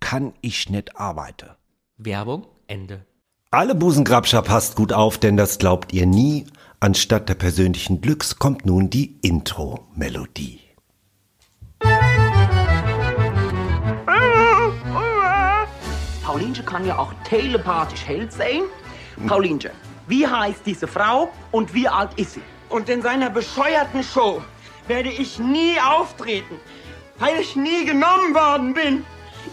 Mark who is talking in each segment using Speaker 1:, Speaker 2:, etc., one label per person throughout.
Speaker 1: kann ich nicht arbeiten.
Speaker 2: Werbung, Ende.
Speaker 1: Alle Busengrabscher passt gut auf, denn das glaubt ihr nie. Anstatt der persönlichen Glücks kommt nun die Intro-Melodie.
Speaker 3: Paulinche kann ja auch telepathisch hell sein. Paulinche, wie heißt diese Frau und wie alt ist sie? Und in seiner bescheuerten Show werde ich nie auftreten, weil ich nie genommen worden bin.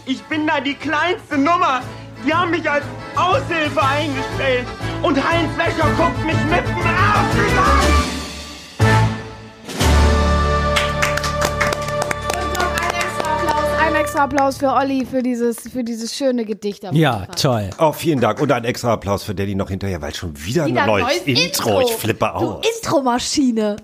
Speaker 3: Ich bin da die kleinste Nummer. Die haben mich als Aushilfe eingestellt. Und Heinz Wäscher guckt mich mit dem Arsch an.
Speaker 4: Und noch ein extra Applaus, ein extra Applaus für Olli für dieses, für dieses schöne Gedicht. auf
Speaker 5: Ja,
Speaker 4: jeden Fall.
Speaker 5: toll.
Speaker 1: Oh, vielen Dank. Und ein extra Applaus für Danny noch hinterher, weil schon wieder,
Speaker 4: Wieder
Speaker 1: ein neues, Intro. Ich flippe
Speaker 4: Du
Speaker 1: aus.
Speaker 4: Intro-Maschine.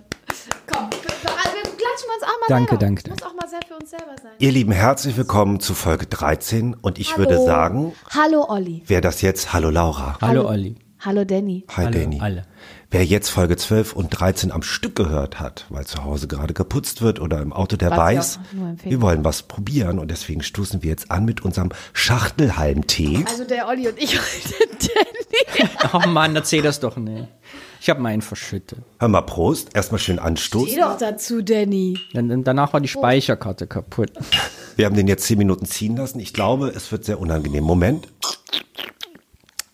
Speaker 4: Komm, wir, wir klatschen uns auch mal
Speaker 5: Danke,
Speaker 4: selber.
Speaker 5: danke,
Speaker 4: Muss auch mal sehr für uns selber sein.
Speaker 1: Ihr Lieben, herzlich willkommen zu Folge 13. Und ich würde
Speaker 5: Oh.
Speaker 1: sagen,
Speaker 4: Hallo Olli.
Speaker 1: wer das jetzt, hallo Laura.
Speaker 5: Hallo, Olli.
Speaker 4: Hallo Danny.
Speaker 1: Hi
Speaker 5: Hallo
Speaker 1: Danny.
Speaker 5: alle.
Speaker 1: Wer jetzt Folge 12 und 13 am Stück gehört hat, weil zu Hause gerade geputzt wird oder im Auto, der
Speaker 4: Was ich
Speaker 1: weiß,
Speaker 4: auch nur empfehlen
Speaker 1: wir wollen was probieren und deswegen stoßen wir jetzt an mit unserem Schachtelhalmtee.
Speaker 4: Also der Olli und ich heute Danny.
Speaker 5: Oh Mann, erzähl das doch nicht. Ich habe meinen verschüttet.
Speaker 1: Hör mal, Prost. Erstmal schön
Speaker 4: Geh
Speaker 1: anstoßen.
Speaker 4: doch dazu, Danny.
Speaker 5: Dann, danach war die
Speaker 4: Oh.
Speaker 5: Speicherkarte kaputt.
Speaker 1: Wir haben den jetzt 10 Minuten ziehen lassen. Ich glaube, es wird sehr unangenehm. Moment.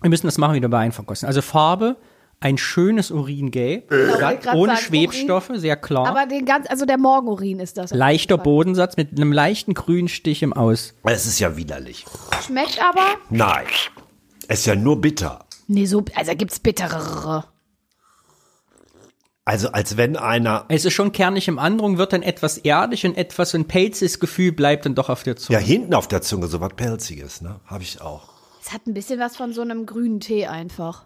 Speaker 5: Wir müssen das machen wieder bei Einverkosten. Also Farbe, ein schönes Uringelb,
Speaker 4: Äh. Genau, wollte grad
Speaker 5: ohne
Speaker 4: sagen,
Speaker 5: Schwebstoffe, sehr klar.
Speaker 4: Aber den ganz, also der Morgenurin ist das.
Speaker 5: Leichter Bodensatz mit einem leichten grünen Stich im Aus.
Speaker 1: Es ist ja widerlich.
Speaker 4: Schmeckt aber.
Speaker 1: Nein. Es ist ja nur bitter.
Speaker 4: Nee, so, also gibt's bitterere.
Speaker 1: Also als wenn einer...
Speaker 5: Es ist schon kernig im Andrung, wird dann etwas erdig und etwas so ein pelziges Gefühl bleibt dann doch auf der
Speaker 1: Ja,
Speaker 5: Zunge.
Speaker 1: hinten auf der Zunge so was Pelziges, ne? Habe ich auch.
Speaker 4: Es hat ein bisschen was von so einem grünen Tee einfach.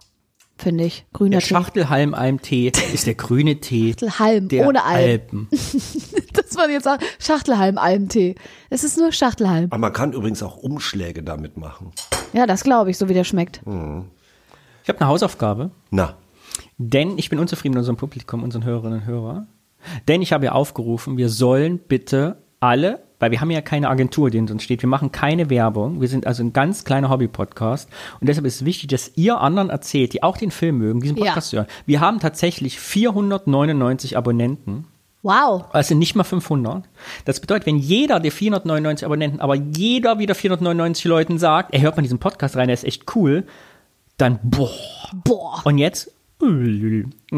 Speaker 4: Finde ich. Grüner
Speaker 5: der
Speaker 4: Tee.
Speaker 5: Schachtelhalm-Alm-Tee ist der grüne Tee
Speaker 4: Schachtelhalm
Speaker 5: der
Speaker 4: ohne Alm.
Speaker 5: Alpen.
Speaker 4: Das war jetzt auch Schachtelhalm-Alm-Tee. Es ist nur Schachtelhalm.
Speaker 1: Aber man kann übrigens auch Umschläge damit machen.
Speaker 4: Ja, das glaube ich, so wie der schmeckt.
Speaker 5: Ich habe eine Hausaufgabe.
Speaker 1: Na,
Speaker 5: Denn ich bin unzufrieden mit unserem Publikum, unseren Hörerinnen und Hörern. Denn ich habe ja aufgerufen, wir sollen bitte alle, weil wir haben ja keine Agentur, die hinter uns steht, wir machen keine Werbung, wir sind also ein ganz kleiner Hobby-Podcast und deshalb ist es wichtig, dass ihr anderen erzählt, die auch den Film mögen, diesen
Speaker 4: Ja.
Speaker 5: Podcast hören. Wir haben tatsächlich 499 Abonnenten.
Speaker 4: Wow.
Speaker 5: Also nicht mal 500. Das bedeutet, wenn jeder der 499 Abonnenten, aber jeder wieder 499 Leuten sagt, ey, hört mal diesen Podcast rein, der ist echt cool, dann boah.
Speaker 4: Boah.
Speaker 5: Und jetzt?
Speaker 4: Das war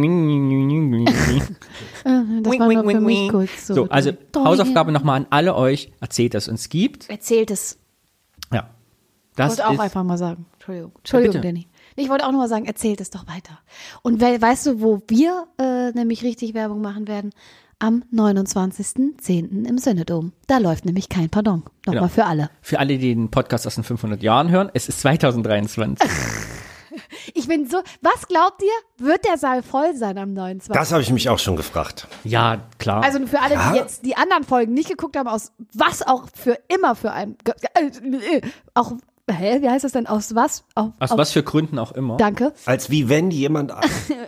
Speaker 4: nur für mich kurz so.
Speaker 5: So, also
Speaker 4: Toll.
Speaker 5: Hausaufgabe nochmal an alle euch. Erzählt, dass es uns gibt.
Speaker 4: Erzählt es.
Speaker 5: Ja. Das
Speaker 4: wollte auch
Speaker 5: ist,
Speaker 4: einfach mal sagen. Entschuldigung. Entschuldigung,
Speaker 5: bitte.
Speaker 4: Danny. Ich wollte auch nur mal sagen, erzählt es doch weiter. Und we weißt du, wo wir äh, nämlich richtig Werbung machen werden? Am 29.10. im Synodom. Da läuft nämlich kein Pardon. Nochmal
Speaker 5: Genau.
Speaker 4: für alle.
Speaker 5: Für alle, die den Podcast aus den 500 Jahren hören, es ist 2023.
Speaker 4: Ich bin so, was glaubt ihr, wird der Saal voll sein am 29.?
Speaker 1: das habe ich mich auch schon gefragt.
Speaker 5: ja, klar.
Speaker 4: also für alle,
Speaker 1: Ja?
Speaker 4: die jetzt die anderen Folgen nicht geguckt haben, aus was auch für immer für ein, äh, auch, hä, wie heißt das denn, aus was, auf,
Speaker 5: aus
Speaker 4: auf,
Speaker 5: was für Gründen auch immer.
Speaker 4: danke,
Speaker 1: Als wie wenn jemand...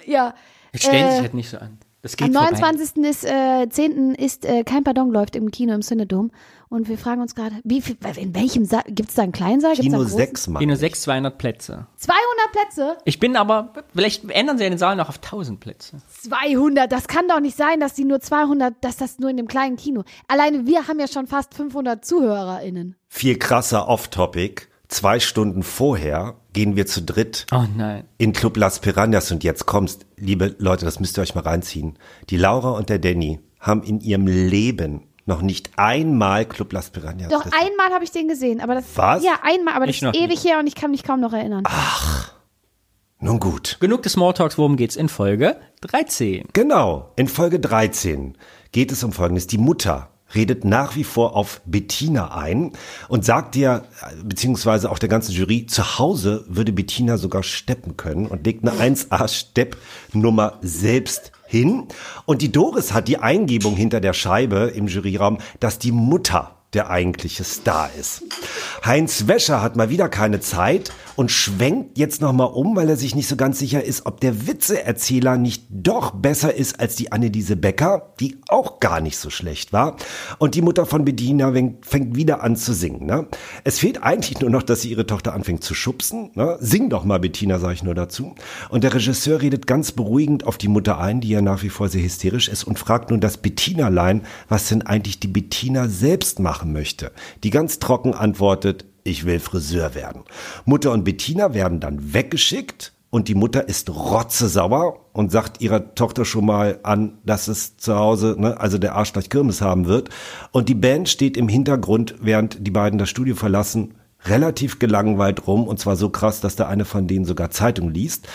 Speaker 4: ja,
Speaker 5: Jetzt stellen
Speaker 4: äh,
Speaker 5: Sie sich halt nicht so an. Das geht
Speaker 4: Am
Speaker 5: vorbei.
Speaker 4: 29. ist äh, 10. ist äh, kein Pardon läuft im Kino im Synodom und wir fragen uns gerade, wie viel, in welchem Saal gibt es da einen kleinen Saal? Gibt's da
Speaker 1: Kino
Speaker 4: einen großen?
Speaker 1: 6, Mann.
Speaker 5: Hier nur 6, 200 Plätze.
Speaker 4: 200 Plätze?
Speaker 5: Ich bin aber, vielleicht ändern sie den Saal noch auf 1000 Plätze.
Speaker 4: 200, das kann doch nicht sein, dass die nur 200, dass das nur in dem kleinen Kino. Alleine wir haben ja schon fast 500 ZuhörerInnen.
Speaker 1: Viel krasser off-topic. Zwei Stunden vorher gehen wir zu dritt
Speaker 6: Ah.
Speaker 5: Oh nein.
Speaker 1: in Club Las Piranhas und jetzt kommst, liebe Leute, das müsst ihr euch mal reinziehen. Die Laura und der Danny haben in ihrem Leben noch nicht einmal Club Las Piranhas.
Speaker 4: Doch
Speaker 1: gesehen.
Speaker 4: einmal habe ich den gesehen, aber das
Speaker 1: Was?
Speaker 4: ja einmal, aber das
Speaker 5: Ich
Speaker 4: ist
Speaker 5: noch Ah,
Speaker 4: ewig her und ich kann mich kaum noch erinnern.
Speaker 1: Nun gut.
Speaker 5: Genug des Smalltalks, worum geht's in Folge 13?
Speaker 1: Genau. In Folge 13 geht es um Folgendes. Die Mutter redet nach wie vor auf Bettina ein und sagt dir, beziehungsweise auch der ganzen Jury, zu Hause würde Bettina sogar steppen können und legt eine 1A-Stepp-Nummer selbst hin. Und die Doris hat die Eingebung hinter der Scheibe im Juryraum, dass die Mutter der eigentliche Star ist. Heinz Wäscher hat mal wieder keine Zeit und schwenkt jetzt nochmal um, weil er sich nicht so ganz sicher ist, ob der Witzeerzähler nicht doch besser ist als die Anneliese Becker, die auch gar nicht so schlecht war. Und die Mutter von Bedina fängt wieder an zu singen. Ne? Es fehlt eigentlich nur noch, dass sie ihre Tochter anfängt zu schubsen. Ne? Sing doch mal, Bettina, sage ich nur dazu. Und der Regisseur redet ganz beruhigend auf die Mutter ein, die ja nach wie vor sehr hysterisch ist und fragt nun das Bettina-Lein, was denn eigentlich die Bettina selbst macht möchte, die ganz trocken antwortet, ich will Friseur werden. Mutter und Bettina werden dann weggeschickt und die Mutter ist rotzesauer und sagt ihrer Tochter schon mal an, dass es zu Hause, ne, also der Arsch gleich Kirmes haben wird. Und die Band steht im Hintergrund, während die beiden das Studio verlassen, relativ gelangweilt rum und zwar so krass, dass der eine von denen sogar Zeitung liest.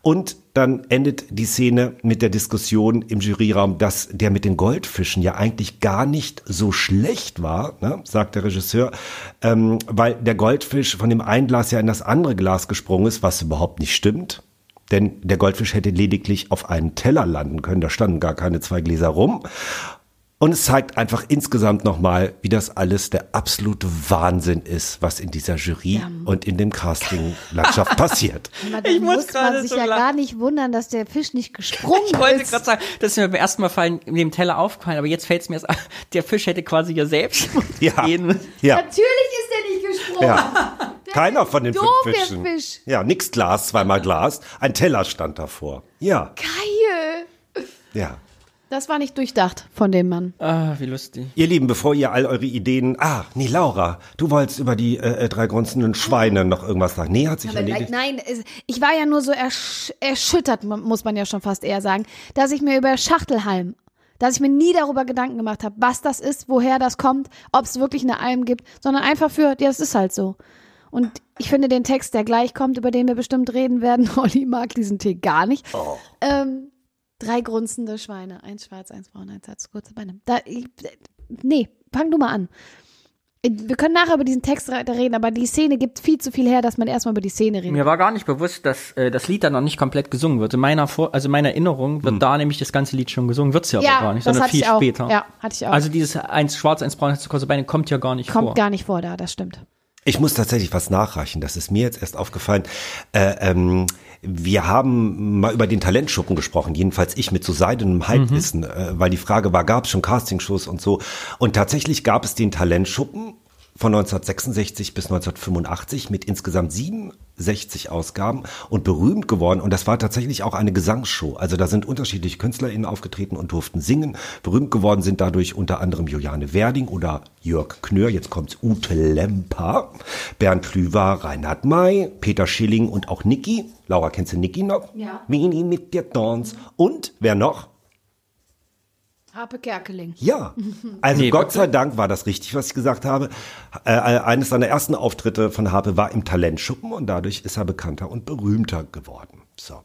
Speaker 1: Und dann endet die Szene mit der Diskussion im Juryraum, dass der mit den Goldfischen ja eigentlich gar nicht so schlecht war, ne, sagt der Regisseur, ähm, weil der Goldfisch von dem einen Glas ja in das andere Glas gesprungen ist, was überhaupt nicht stimmt. Denn der Goldfisch hätte lediglich auf einem Teller landen können, da standen gar keine zwei Gläser rum. Und es zeigt einfach insgesamt nochmal, wie das alles der absolute Wahnsinn ist, was in dieser Jury ja. und in dem Casting-Landschaft passiert.
Speaker 4: Aber dann
Speaker 5: Ich muss
Speaker 4: muss
Speaker 5: gerade
Speaker 4: man sich
Speaker 5: so
Speaker 4: ja
Speaker 5: lachen.
Speaker 4: gar nicht wundern, dass der Fisch nicht gesprungen
Speaker 5: Ich wollte
Speaker 4: ist.
Speaker 5: gerade sagen, das ist mir beim ersten Mal fallen, in dem Teller aufgefallen, aber jetzt fällt es mir erst, auf, der Fisch hätte quasi ja selbst
Speaker 1: Ja.
Speaker 5: gehen müssen.
Speaker 1: ja.
Speaker 4: Natürlich ist der nicht gesprungen.
Speaker 1: Ja. Keiner von den fünf
Speaker 4: doof, der
Speaker 1: Fischen.
Speaker 4: Fisch.
Speaker 1: Ja, nix Glas, zweimal Glas. Ein Teller stand davor. Ja,
Speaker 4: Geil.
Speaker 1: ja.
Speaker 4: Das war nicht durchdacht von dem Mann.
Speaker 5: Ah, wie lustig.
Speaker 1: Ihr Lieben, bevor ihr all eure Ideen. Ah, nee, Laura, du wolltest über die äh, äh, drei grunzenden Schweine noch irgendwas sagen. Nee, hat sich
Speaker 4: Aber gleich,
Speaker 1: erledigt.
Speaker 4: nein, es- ich war ja nur so ersch erschüttert, mu- muss man ja schon fast eher sagen, dass ich mir über Schachtelhalm, dass ich mir nie darüber Gedanken gemacht habe, was das ist, woher das kommt, ob es wirklich eine Alm gibt, sondern einfach für, ja, es ist halt so. Und ich finde den Text, der gleich kommt, über den wir bestimmt reden werden, Olli mag diesen Tee gar nicht. Ähm, drei grunzende Schweine, eins schwarz, eins braun, eins hat kurze Beine. Da, ich, nee, fang du mal an. Wir können nachher über diesen Text re- reden, aber die Szene gibt viel zu viel her, dass man erstmal über die Szene redet.
Speaker 5: Mir war gar nicht bewusst, dass äh, das Lied dann noch nicht komplett gesungen wird. In meiner, Vor also in meiner Erinnerung wird da nämlich das ganze Lied schon gesungen, wird's ja,
Speaker 4: Ja,
Speaker 5: aber gar nicht,
Speaker 4: das
Speaker 5: sondern
Speaker 4: hatte
Speaker 5: viel
Speaker 4: ich auch.
Speaker 5: später.
Speaker 4: Ja, hatte ich auch.
Speaker 5: Also dieses eins schwarz, eins braun, eins zu kurze Beine kommt ja gar nicht
Speaker 4: Kommt
Speaker 5: vor.
Speaker 4: gar nicht vor da, das stimmt.
Speaker 1: Ich muss tatsächlich was nachreichen. Das ist mir jetzt erst aufgefallen. Äh, ähm, wir haben mal über den Talentschuppen gesprochen, jedenfalls ich mit so seidenem Halbwissen, äh, weil die Frage war, gab es schon Castingshows und so. Und tatsächlich gab es den Talentschuppen von 1966 bis 1985 mit insgesamt 67 Ausgaben und berühmt geworden. Und das war tatsächlich auch eine Gesangsshow. Also da sind unterschiedliche KünstlerInnen aufgetreten und durften singen. Berühmt geworden sind dadurch unter anderem Juliane Werding oder Jörg Knör, jetzt kommt's Ute Lemper, Bernd Klüver, Reinhard May, Peter Schilling und auch Niki. Laura, kennst du Niki noch?
Speaker 4: Ja.
Speaker 1: Mini mit der Dance. Und wer noch?
Speaker 4: Harpe Kerkeling.
Speaker 1: Ja, also
Speaker 5: Nee,
Speaker 1: Gott sei Dank war das richtig, was ich gesagt habe. Äh, eines seiner ersten Auftritte von Harpe war im Talentschuppen und dadurch ist er bekannter und berühmter geworden. So.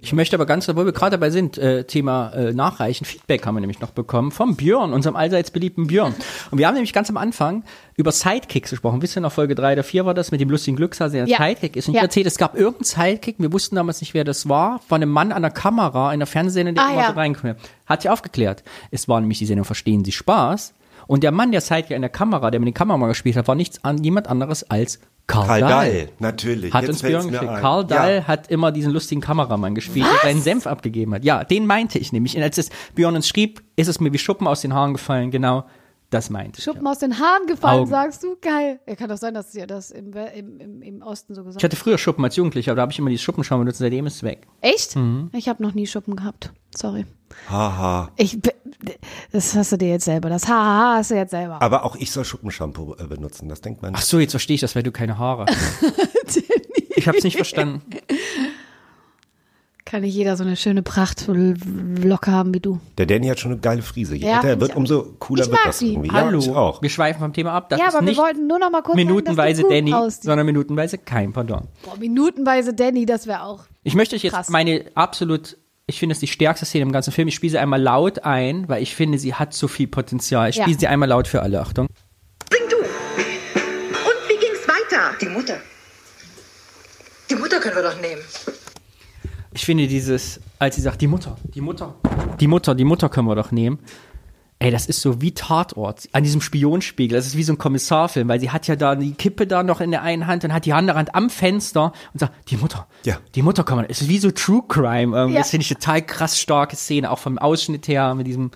Speaker 5: Ich möchte aber ganz, obwohl wir gerade dabei sind, äh, Thema äh, Nachreichen, Feedback haben wir nämlich noch bekommen vom Björn, unserem allseits beliebten Björn. Und wir haben nämlich ganz am Anfang über Sidekicks gesprochen. Wisst ihr noch, Folge 3 oder 4 war das mit dem lustigen Glückshase, der
Speaker 4: Ja.
Speaker 5: Sidekick ist. Und ich
Speaker 4: Ja.
Speaker 5: habe erzählt, es gab irgendeinen Sidekick, wir wussten damals nicht, wer das war, von einem Mann an der Kamera, in der Fernsehsendung, der
Speaker 4: Ah,
Speaker 5: immer
Speaker 4: ja.
Speaker 5: so reinkommt. Hat sie aufgeklärt. Es war nämlich die Sendung Verstehen Sie Spaß. Und der Mann, der Sidekick an der Kamera, der mit den Kameramann gespielt hat, war nichts an, niemand anderes als Karl,
Speaker 1: Karl
Speaker 5: Dahl.
Speaker 1: Dall, natürlich.
Speaker 5: Hat
Speaker 1: Jetzt
Speaker 5: uns
Speaker 1: fällt's
Speaker 5: Björn
Speaker 1: mir
Speaker 5: geschickt.
Speaker 1: ein.
Speaker 5: Karl
Speaker 1: Ja.
Speaker 5: Dahl hat immer diesen lustigen Kameramann gespielt, der seinen Senf abgegeben hat. Ja, den meinte ich nämlich. Und als es Björn uns schrieb, ist es mir wie Schuppen aus den Haaren gefallen. Genau, das meinte ich.
Speaker 4: Schuppen aus den Haaren gefallen,
Speaker 5: Augen.
Speaker 4: sagst du? Geil. Ja, kann doch sein, dass ihr das im, We- im, im, im Osten so gesagt
Speaker 5: Ich hatte früher Schuppen als Jugendlicher, aber da habe ich immer die Schuppenschaum benutzt, seitdem ist es weg.
Speaker 4: Echt?
Speaker 5: Mhm.
Speaker 4: Ich habe noch nie Schuppen gehabt. Sorry.
Speaker 1: Haha.
Speaker 4: Ich, b- das hast du dir jetzt selber. Das Haha hast du jetzt selber.
Speaker 1: Aber auch ich soll Schuppenshampoo äh, benutzen, das denkt man
Speaker 5: Ach
Speaker 1: nicht.
Speaker 5: so, jetzt verstehe ich das, weil du keine Haare hast. ich habe es nicht verstanden.
Speaker 4: Kann nicht jeder so eine schöne Pracht l- locker haben wie du.
Speaker 1: Der Danny hat schon eine geile Frise. Je
Speaker 4: Ja,
Speaker 1: älter er
Speaker 4: find
Speaker 1: wird,
Speaker 4: ich
Speaker 1: umso cooler
Speaker 4: Ich
Speaker 1: wird
Speaker 4: mag
Speaker 1: das
Speaker 4: die.
Speaker 1: irgendwie.
Speaker 5: Hallo,
Speaker 1: Ja, ich auch.
Speaker 5: wir schweifen vom Thema ab. Das
Speaker 4: ja,
Speaker 5: ist
Speaker 4: aber wir
Speaker 5: nicht
Speaker 4: wollten nur noch mal kurz
Speaker 5: minutenweise
Speaker 4: sagen, dass du
Speaker 5: Danny,
Speaker 4: gut aussiehst.
Speaker 5: sondern minutenweise kein Pardon.
Speaker 4: Boah, minutenweise Danny, das wäre auch.
Speaker 5: Ich möchte euch jetzt
Speaker 4: Krass.
Speaker 5: meine absolut ich finde es die stärkste Szene im ganzen Film. Ich spiele sie einmal laut ein, weil ich finde, sie hat so viel Potenzial. Ich
Speaker 4: Ja.
Speaker 5: spiele sie einmal laut für alle. Achtung.
Speaker 7: Bring du. Und wie ging's weiter? Die Mutter. Die Mutter können wir doch nehmen.
Speaker 5: Ich finde dieses, als sie sagt, die Mutter, die Mutter, die Mutter, die Mutter können wir doch nehmen. Ey, das ist so wie Tatort an diesem Spionspiegel. Das ist wie so ein Kommissarfilm, weil sie hat ja da die Kippe da noch in der einen Hand und hat die andere Hand am Fenster und sagt, die Mutter,
Speaker 1: Ja.
Speaker 5: die Mutter kann man. Es ist wie so True Crime. Ähm,
Speaker 4: Ja.
Speaker 5: Das finde ich total krass starke Szene, auch vom Ausschnitt her mit diesem.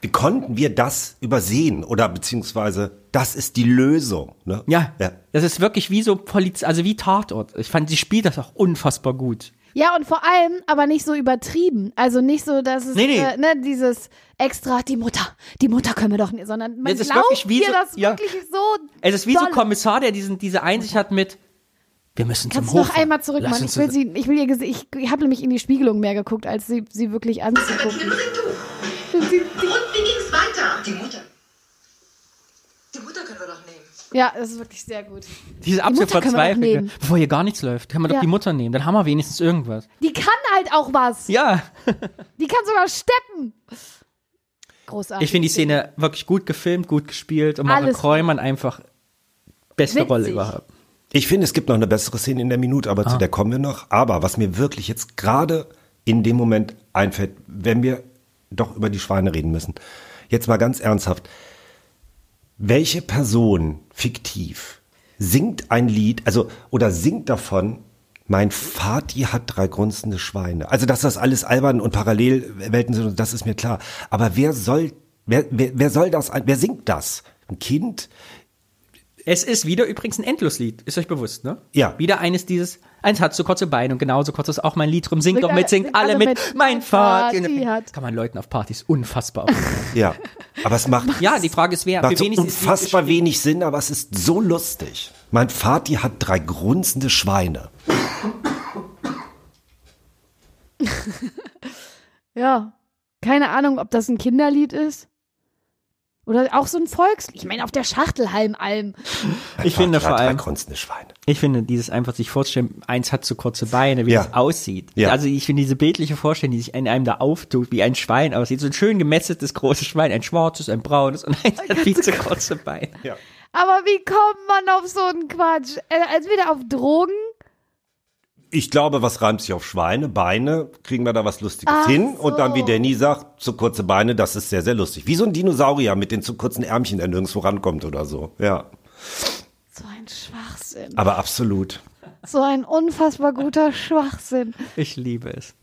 Speaker 1: Wie konnten wir das übersehen? Oder beziehungsweise, das ist die Lösung. Ne?
Speaker 5: Ja,
Speaker 1: ja.
Speaker 5: das ist wirklich wie so Poliz, also wie Tatort. Ich fand, sie spielt das auch unfassbar gut.
Speaker 4: Ja, und vor allem, aber nicht so übertrieben. Also nicht so, dass es
Speaker 5: Nee, nee.
Speaker 4: Äh, ne, dieses extra, die Mutter, die Mutter können wir doch nicht, sondern man
Speaker 5: Es ist
Speaker 4: glaubt
Speaker 5: wirklich wie
Speaker 4: ihr
Speaker 5: so-
Speaker 4: das
Speaker 5: ja.
Speaker 4: wirklich so.
Speaker 5: Es ist wie so
Speaker 4: dolle.
Speaker 5: Kommissar, der diesen, diese Einsicht hat mit, wir müssen
Speaker 4: Kannst du
Speaker 5: zum Hof.
Speaker 4: noch einmal zurück,
Speaker 5: zurückmachen.
Speaker 4: Mann? Ich will, sie, ich will ihr Gesicht, ich habe nämlich in die Spiegelung mehr geguckt, als sie, sie wirklich anzugucken.
Speaker 7: Bring du.
Speaker 4: Sie- sie-
Speaker 7: Und wie ging's weiter? Die Mutter. Die Mutter können wir doch nehmen.
Speaker 4: Ja, das ist wirklich sehr gut.
Speaker 5: Diese
Speaker 4: Die
Speaker 5: absolut
Speaker 4: Mutter können wir doch
Speaker 5: verzweifelte,
Speaker 4: nehmen.
Speaker 5: bevor hier gar nichts läuft, kann man
Speaker 4: Ja.
Speaker 5: doch die Mutter nehmen, dann haben wir wenigstens irgendwas.
Speaker 4: Die kann halt auch was.
Speaker 5: Ja,
Speaker 4: Die kann sogar steppen. Großartig.
Speaker 5: ich finde die Szene wirklich gut gefilmt, gut gespielt und Maren
Speaker 4: Alles gut.
Speaker 5: Kräumann einfach beste
Speaker 4: Witzig.
Speaker 5: Rolle überhaupt.
Speaker 1: Ich finde, es gibt noch eine bessere Szene in der Minute, aber zu der kommen wir noch. Aber was mir wirklich jetzt gerade in dem Moment einfällt, wenn wir doch über die Schweine reden müssen, jetzt mal ganz ernsthaft. Welche Person fiktiv singt ein Lied, also oder singt davon, mein Vati hat drei grunzende Schweine? Also, dass das alles albern und Parallelwelten sind, das ist mir klar. Aber wer soll, wer, wer, wer soll das, ein- wer singt das? Ein Kind?
Speaker 5: Es ist wieder übrigens ein Endloslied, ist euch bewusst, ne?
Speaker 1: Ja.
Speaker 5: Wieder eines dieses, eins hat so kurze Beine und genauso kurz ist auch mein Lied drum, singt
Speaker 4: Singt
Speaker 5: doch
Speaker 4: alle-
Speaker 5: mit, singt alle mit, mein Vater.
Speaker 4: Vati hat-
Speaker 5: Kann man Leuten auf Partys unfassbar. aufnehmen.
Speaker 1: Ja. Aber es macht
Speaker 5: ja, die Frage ist, wer,
Speaker 1: Macht
Speaker 5: für
Speaker 1: so
Speaker 5: wen ist dieses Lied
Speaker 1: unfassbar
Speaker 5: geschrieben?
Speaker 1: wenig Sinn, aber es ist so lustig. Mein Vati hat drei grunzende Schweine.
Speaker 4: Ja. Keine Ahnung, ob das ein Kinderlied ist. Oder auch so ein Volkslied. Ich meine, auf der Schachtelhalm-Alm.
Speaker 1: Mein
Speaker 5: Ich
Speaker 1: Vati
Speaker 5: finde vor
Speaker 1: hat
Speaker 5: allem-
Speaker 1: drei grunzende Schweine.
Speaker 5: Ich finde, dieses einfach sich vorstellen, eins hat so kurze Beine, wie
Speaker 1: Ja.
Speaker 5: das aussieht.
Speaker 1: Ja.
Speaker 5: Also ich finde diese bildliche Vorstellung, die sich in einem da auftut, wie ein Schwein aussieht, so ein schön gemesseltes großes Schwein, ein schwarzes, ein braunes und eins hat viel zu kurze Beine.
Speaker 4: Aber wie kommt man auf so einen Quatsch? Äh, als wieder auf Drogen?
Speaker 1: Ich glaube, was reimt sich auf Schweine? Beine, kriegen wir da was Lustiges
Speaker 4: Ach
Speaker 1: hin. Und dann, wie
Speaker 4: so.
Speaker 1: Danny sagt, zu kurze Beine, das ist sehr, sehr lustig. Wie so ein Dinosaurier mit den zu kurzen Ärmchen, der nirgendwo rankommt oder so. Ja,
Speaker 4: So ein Schwachsinn.
Speaker 1: aber absolut.
Speaker 4: So ein unfassbar guter Schwachsinn.
Speaker 5: Ich liebe es.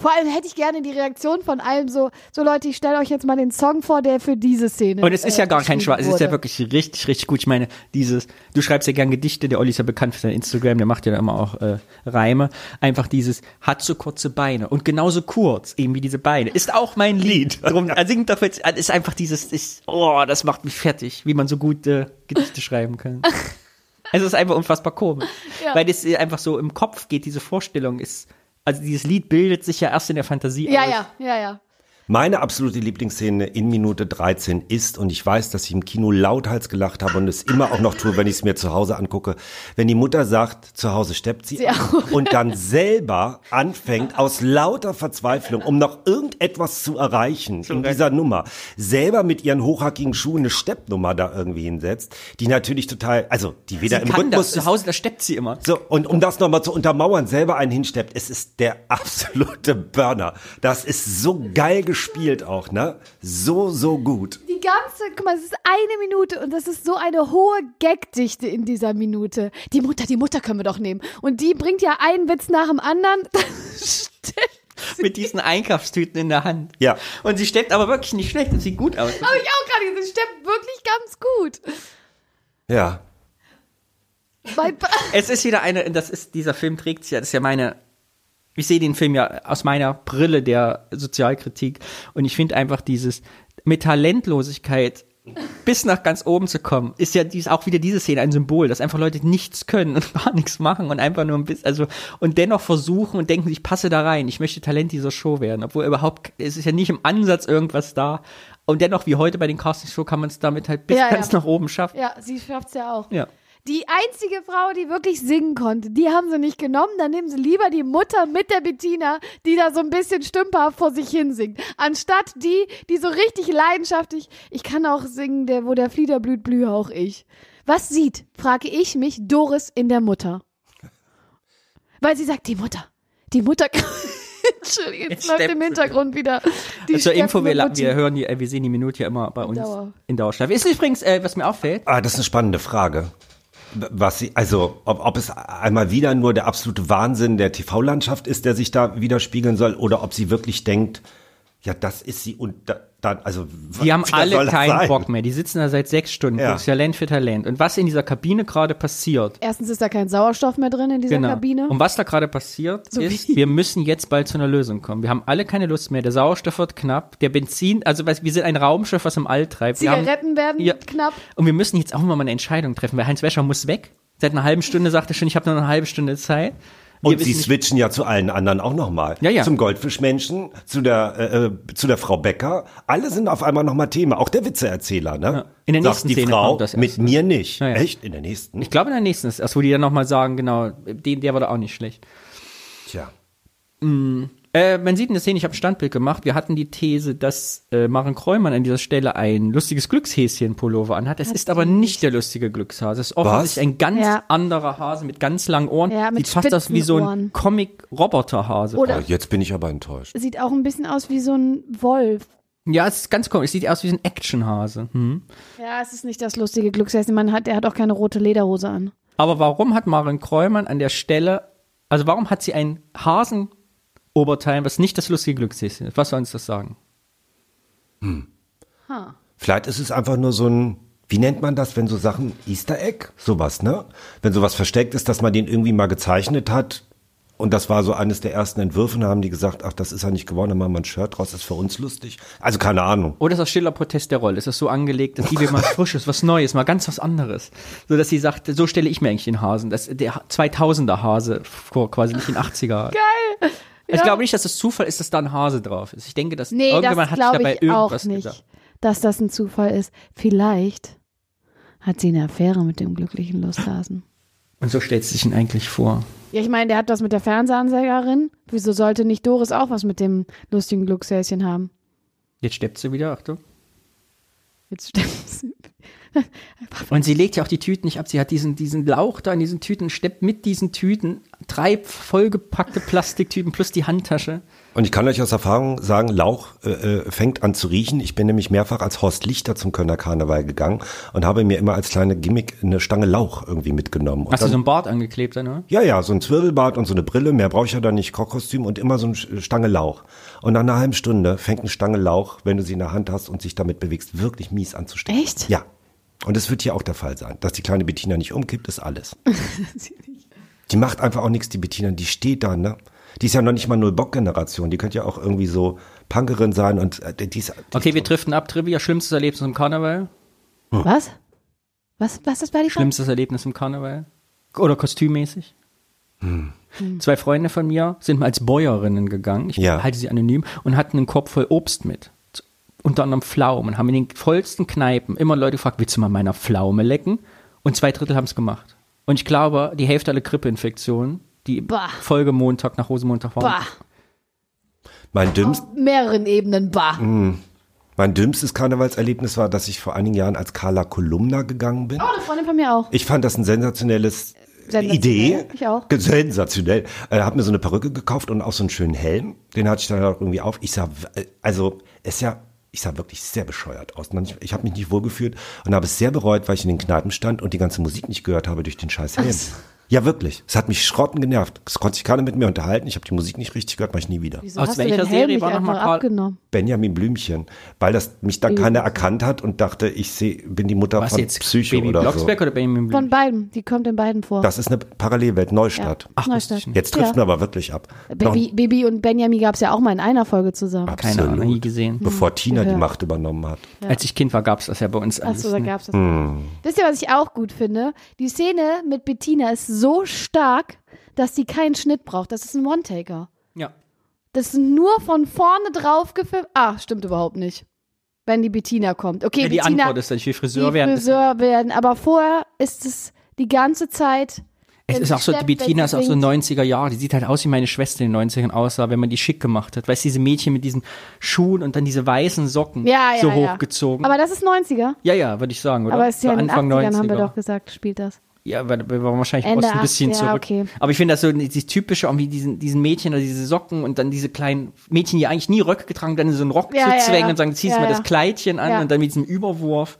Speaker 4: Vor allem hätte ich gerne die Reaktion von allem so, so Leute, ich stelle euch jetzt mal den Song vor, der für diese Szene.
Speaker 5: Und es ist
Speaker 4: äh,
Speaker 5: ja gar kein
Speaker 4: geschrieben
Speaker 5: Schwein, es ist ja
Speaker 4: wurde.
Speaker 5: wirklich richtig, richtig gut. Ich meine, dieses, du schreibst ja gern Gedichte, der Olli ist ja bekannt für sein Instagram, der macht ja da immer auch äh, Reime. Einfach dieses, hat so kurze Beine und genauso kurz, eben wie diese Beine, ist auch mein Lied. Drum, er singt doch jetzt, ist einfach dieses, ist, oh, das macht mich fertig, wie man so gute Gedichte schreiben kann. Also Es ist einfach unfassbar komisch.
Speaker 4: Ja.
Speaker 5: Weil das einfach so im Kopf geht, diese Vorstellung ist, also dieses Lied bildet sich ja erst in der Fantasie
Speaker 4: Ja,
Speaker 5: aus.
Speaker 4: ja, ja, ja.
Speaker 1: Meine absolute Lieblingsszene in Minute 13 ist, und ich weiß, dass ich im Kino lauthals gelacht habe und es immer auch noch tue, wenn ich es mir zu Hause angucke, wenn die Mutter sagt, zu Hause steppt sie,
Speaker 4: Sie
Speaker 1: an
Speaker 4: auch.
Speaker 1: und dann selber anfängt, aus lauter Verzweiflung, um noch irgendetwas zu erreichen in dieser Nummer, selber mit ihren hochhackigen Schuhen eine Steppnummer da irgendwie hinsetzt, die natürlich total, also die weder
Speaker 5: Sie
Speaker 1: im
Speaker 5: kann das,
Speaker 1: Rhythmus
Speaker 5: zu
Speaker 1: ist,
Speaker 5: Hause, da steppt sie immer.
Speaker 1: so, und um das nochmal zu untermauern, selber einen hinsteppt, es ist der absolute Burner. Das ist so geil gespielt auch, ne? So, so gut.
Speaker 4: Die ganze, guck mal, es ist eine Minute und das ist so eine hohe Gagdichte in dieser Minute. Die Mutter, die Mutter können wir doch nehmen. Und die bringt ja einen Witz nach dem anderen. Das stimmt.
Speaker 5: mit diesen Einkaufstüten in der Hand.
Speaker 1: Ja.
Speaker 5: Und sie steppt aber wirklich nicht schlecht und sieht gut aus.
Speaker 4: Habe ich auch gerade gesehen. Stimmt wirklich ganz gut.
Speaker 1: Ja.
Speaker 4: Weil,
Speaker 5: Es ist wieder eine, das ist, dieser Film trägt sich ja, das ist ja meine, ich sehe den Film ja aus meiner Brille der Sozialkritik und ich finde einfach dieses mit Talentlosigkeit bis nach ganz oben zu kommen, ist ja dies, auch wieder diese Szene ein Symbol, dass einfach Leute nichts können und gar nichts machen und einfach nur ein bisschen, also, und dennoch versuchen und denken, ich passe da rein, ich möchte Talent dieser Show werden, obwohl überhaupt, es ist ja nicht im Ansatz irgendwas da. Und dennoch, wie heute bei den Castingshow, kann man es damit halt bis
Speaker 4: Ja, ja.
Speaker 5: ganz nach oben schaffen.
Speaker 4: ja, sie schafft es ja auch.
Speaker 5: Ja.
Speaker 4: Die einzige Frau, die wirklich singen konnte, die haben sie nicht genommen. Dann nehmen sie lieber die Mutter mit der Bettina, die da so ein bisschen stümperhaft vor sich hin singt. Anstatt die, die so richtig leidenschaftlich, ich kann auch singen, der, wo der Flieder blüht, blühe auch ich. Was sieht, frage ich mich, Doris in der Mutter? Weil sie sagt, die Mutter, die Mutter. Entschuldigung,
Speaker 2: Jetzt
Speaker 4: jetzt läuft im
Speaker 2: steppt sie
Speaker 4: Hintergrund wieder. Die
Speaker 5: Also Zur Info, wir,
Speaker 4: steppende
Speaker 5: la-
Speaker 4: Mutti.
Speaker 5: wir hören die, äh, wir sehen die Minute ja immer bei uns
Speaker 4: Dauer.
Speaker 5: in Dauerschleife. Ist übrigens, äh, was mir auffällt,
Speaker 1: Ah, das ist eine spannende Frage. Was sie, also, ob, ob es einmal wieder nur der absolute Wahnsinn der TV-Landschaft ist, der sich da widerspiegeln soll, oder ob sie wirklich denkt, ja, das ist sie und da, dann, also,
Speaker 5: die haben
Speaker 1: wer soll
Speaker 5: alle
Speaker 1: das
Speaker 5: keinen
Speaker 1: sein?
Speaker 5: Bock mehr. Die sitzen da seit sechs Stunden,
Speaker 1: Ja.
Speaker 5: ja. Talent für Talent. Und was in dieser Kabine gerade passiert, ne?
Speaker 4: Erstens ist da kein Sauerstoff mehr drin in dieser
Speaker 5: Genau.
Speaker 4: Kabine.
Speaker 5: Und was da gerade passiert,
Speaker 4: So
Speaker 5: ist,
Speaker 4: wie-
Speaker 5: wir müssen jetzt bald zu einer Lösung kommen. Wir haben alle keine Lust mehr. Der Sauerstoff wird knapp. Der Benzin, also weißt, wir sind ein Raumschiff, was im All treibt. Wir
Speaker 4: Zigaretten
Speaker 5: haben,
Speaker 4: werden
Speaker 5: Ja.
Speaker 4: knapp.
Speaker 5: Und wir müssen jetzt auch mal eine Entscheidung treffen, weil Heinz Wäscher muss weg. Seit einer halben Stunde sagt er schon, ich habe nur eine halbe Stunde Zeit. Wir
Speaker 1: Und sie
Speaker 5: wissen nicht-
Speaker 1: switchen ja zu allen anderen auch nochmal.
Speaker 5: Ja, ja.
Speaker 1: Zum Goldfischmenschen, zu der, äh, äh, zu der Frau Becker. Alle sind auf einmal nochmal Thema. Auch der Witzeerzähler, ne?
Speaker 5: Ja. In der
Speaker 1: Sagt
Speaker 5: nächsten
Speaker 1: die
Speaker 5: Szene
Speaker 1: Frau,
Speaker 5: kommt das erst.
Speaker 1: mit mir nicht.
Speaker 5: Ja, ja.
Speaker 1: Echt? In der nächsten?
Speaker 5: ich glaube, in der nächsten ist das, wo die dann nochmal sagen, genau, den, der war da auch nicht schlecht.
Speaker 1: Tja.
Speaker 5: Äh, man sieht in der Szene, ich habe ein Standbild gemacht. Wir hatten die These, dass äh, Maren Kräumann an dieser Stelle ein lustiges Glückshäschen-Pullover anhat. Es ist aber nicht der lustige Glückshase. Es ist offensichtlich ein ganz
Speaker 4: Ja.
Speaker 5: anderer Hase mit ganz langen Ohren.
Speaker 4: Ja, mit
Speaker 5: Sieht fast aus wie so
Speaker 4: spitzen Ohren.
Speaker 5: ein Comic-Roboter-Hase.
Speaker 4: Oder-
Speaker 1: Ah, Jetzt bin ich aber enttäuscht.
Speaker 4: Sieht auch ein bisschen aus wie so ein Wolf.
Speaker 5: Ja, es ist ganz komisch. Es sieht aus wie so ein Action-Hase. Hm.
Speaker 4: Ja, es ist nicht das lustige Glücksessen. Man hat, er hat auch keine rote Lederhose an.
Speaker 5: Aber warum hat Maren Kräumann an der Stelle, also warum hat sie ein Hasenoberteil, was nicht das lustige Glückshäschen ist? Was soll uns das sagen?
Speaker 1: Vielleicht ist es einfach nur so ein, wie nennt man das, wenn so Sachen, Easter Egg, sowas, ne? Wenn sowas versteckt ist, dass man den irgendwie mal gezeichnet hat. Und das war so eines der ersten Entwürfe, da haben die gesagt, ach, das ist ja nicht geworden, dann machen wir ein Shirt draus, das ist für uns lustig. Also keine Ahnung.
Speaker 5: Oder ist das stiller Protest der Rolle? Ist das so angelegt,
Speaker 4: Oh
Speaker 5: dass die will mal Frisches, was Neues, mal ganz was anderes? So dass sie sagt, so stelle ich mir eigentlich den Hasen. Das, der 2000er Hase, vor- quasi nicht den 80er. Geil! Ich glaube nicht, dass es Zufall ist, dass da ein Hase drauf ist. Ich denke, dass
Speaker 4: Nee,
Speaker 5: irgendjemand hat
Speaker 4: das
Speaker 5: sich dabei
Speaker 4: glaube ich auch
Speaker 5: irgendwas
Speaker 4: nicht,
Speaker 5: gedacht.
Speaker 4: dass das ein Zufall ist. Vielleicht hat sie eine Affäre mit dem glücklichen Lusthasen.
Speaker 5: Und so stellt sie sich ihn eigentlich vor.
Speaker 4: Ja, ich meine, der hat was mit der Fernsehansagerin. Wieso sollte nicht Doris auch was mit dem lustigen Glückshäschen haben?
Speaker 5: Jetzt steppt sie wieder, Achtung.
Speaker 4: Jetzt stimmt's.
Speaker 5: Und sie legt ja auch die Tüten nicht ab. Sie hat diesen, diesen Lauch da in diesen Tüten, steppt mit diesen Tüten drei vollgepackte Plastiktüten plus die Handtasche.
Speaker 1: Und ich kann euch aus Erfahrung sagen, Lauch äh, äh, fängt an zu riechen. Ich bin nämlich mehrfach als Horst Lichter zum Kölner Karneval gegangen und habe mir immer als kleine Gimmick eine Stange Lauch irgendwie mitgenommen. Und
Speaker 5: Hast du
Speaker 1: dann-
Speaker 5: so einen Bart angeklebt, dann, oder?
Speaker 1: Ja, ja, so ein Zwirbelbart und so eine Brille, mehr brauche ich ja dann nicht, Kochkostüm und immer so eine Stange Lauch. Und nach einer halben Stunde fängt eine Stange Lauch, wenn du sie in der Hand hast und sich damit bewegst, wirklich mies anzustecken.
Speaker 4: Echt?
Speaker 1: Ja. Und das wird hier auch der Fall sein. Dass die kleine Bettina nicht umkippt, ist alles. die macht einfach auch nichts, die Bettina, die steht da, ne? Die ist ja noch nicht mal Null-Bock-Generation, die könnte ja auch irgendwie so Punkerin sein und äh, die ist... Die
Speaker 5: Okay, wir driften ab. Trivia, schlimmstes Erlebnis im Karneval. Hm.
Speaker 4: Was? Was, was ist bei dir?
Speaker 5: Schlimmstes Erlebnis im Karneval? Oder kostümmäßig?
Speaker 4: Hm.
Speaker 5: Hm. Zwei Freunde von mir sind mal als Bäuerinnen gegangen, ich
Speaker 1: Ja.
Speaker 5: halte sie anonym, und hatten einen Korb voll Obst mit. Z- Unter anderem Pflaumen. Haben in den vollsten Kneipen immer Leute gefragt, willst du mal meiner Pflaume lecken? Und zwei Drittel haben es gemacht. Und ich glaube, die Hälfte aller Grippeinfektionen, die
Speaker 4: Bah.
Speaker 5: Folgemontag nach Rosenmontag waren.
Speaker 4: Bah.
Speaker 1: mein dümmst,
Speaker 4: Mehreren Ebenen, bah.
Speaker 1: mein dümmstes Karnevalserlebnis war, dass ich vor einigen Jahren als Carla Kolumna gegangen bin.
Speaker 4: Oh, eine Freundin von mir auch.
Speaker 1: Ich fand das ein sensationelles äh,
Speaker 4: Sensationell,
Speaker 1: Idee.
Speaker 4: ich auch.
Speaker 1: Ge- Sensationell. Äh, hab mir so eine Perücke gekauft und auch so einen schönen Helm. Den hatte ich dann auch irgendwie auf. Ich sah, w- äh, also, es sah, ich sah wirklich sehr bescheuert aus. Man- Ich, ich habe mich nicht wohlgefühlt und habe es sehr bereut, weil ich in den Kneipen stand und die ganze Musik nicht gehört habe durch den scheiß Helm. Ja, wirklich. Es hat mich schrotten genervt. Es konnte sich keiner mit mir unterhalten. Ich habe die Musik nicht richtig gehört, mach ich nie wieder.
Speaker 4: Wieso
Speaker 5: Aus
Speaker 4: hast du
Speaker 5: welcher
Speaker 4: den Helm
Speaker 5: Serie
Speaker 4: nicht
Speaker 5: war noch mal
Speaker 4: einfach
Speaker 5: Karl-
Speaker 4: abgenommen?
Speaker 1: Benjamin Blümchen, weil das mich dann keiner erkannt hat und dachte, ich seh, bin die Mutter
Speaker 5: Was
Speaker 1: von
Speaker 5: jetzt?
Speaker 1: Psycho
Speaker 5: Baby
Speaker 1: oder so.
Speaker 5: Blocksberg oder Baby
Speaker 4: Von
Speaker 5: Blüm?
Speaker 4: beiden. Die kommt in beiden vor.
Speaker 1: Das ist eine Parallelwelt, Neustadt.
Speaker 4: Ach, Neustadt.
Speaker 1: Jetzt trifft man aber wirklich ab.
Speaker 4: Baby, Baby und Benjamin gab es ja auch mal in einer Folge zusammen.
Speaker 1: Noch-
Speaker 5: Keine Ahnung,
Speaker 1: absolut.
Speaker 5: nie gesehen.
Speaker 1: Bevor Tina die
Speaker 4: gehört.
Speaker 1: Macht übernommen hat.
Speaker 5: Als ich Kind war, gab es das ja bei uns alles.
Speaker 4: Achso, da
Speaker 5: nicht.
Speaker 4: gab's das.
Speaker 1: Hm.
Speaker 4: Wisst ihr, was ich auch gut finde? Die Szene mit Bettina ist so stark, dass sie keinen Schnitt braucht. Das ist ein One-Taker.
Speaker 5: ja.
Speaker 4: Das ist nur von vorne drauf gefilmt. Ah, stimmt überhaupt nicht. Wenn die Bettina kommt. Okay,
Speaker 5: Ja, die
Speaker 4: Bettina,
Speaker 5: Antwort ist, dass ich will
Speaker 4: die
Speaker 5: Friseur werden.
Speaker 4: Friseur werden. Aber vorher ist es die ganze Zeit.
Speaker 5: Es
Speaker 4: wenn
Speaker 5: ist
Speaker 4: sie
Speaker 5: auch so, die
Speaker 4: steppt, wenn
Speaker 5: Bettina ist
Speaker 4: sie
Speaker 5: auch so
Speaker 4: singt.
Speaker 5: 90er Jahre. Die sieht halt aus, wie meine Schwester in den 90ern aussah, wenn man die schick gemacht hat. Weißt du, diese Mädchen mit diesen Schuhen und dann diese weißen Socken
Speaker 4: ja, ja,
Speaker 5: so
Speaker 4: ja.
Speaker 5: hochgezogen.
Speaker 4: Aber das ist 90er.
Speaker 5: ja, ja, würde ich sagen, oder?
Speaker 4: Aber es ist ja
Speaker 5: So
Speaker 4: in den 80ern, haben wir
Speaker 5: 90er.
Speaker 4: doch gesagt, spielt das.
Speaker 5: Ja, aber wir waren wahrscheinlich im
Speaker 4: Ende
Speaker 5: Osten ein bisschen
Speaker 4: 80er,
Speaker 5: zurück.
Speaker 4: okay.
Speaker 5: Aber ich finde das so dieses typische, irgendwie diesen, diesen Mädchen oder diese Socken und dann diese kleinen Mädchen, die eigentlich nie Röcke getragen, dann in so einen Rock
Speaker 4: Ja,
Speaker 5: zu
Speaker 4: ja,
Speaker 5: zwängen
Speaker 4: ja.
Speaker 5: und sagen, ziehst
Speaker 4: Ja,
Speaker 5: mal
Speaker 4: ja.
Speaker 5: das Kleidchen an
Speaker 4: Ja.
Speaker 5: und dann mit diesem Überwurf.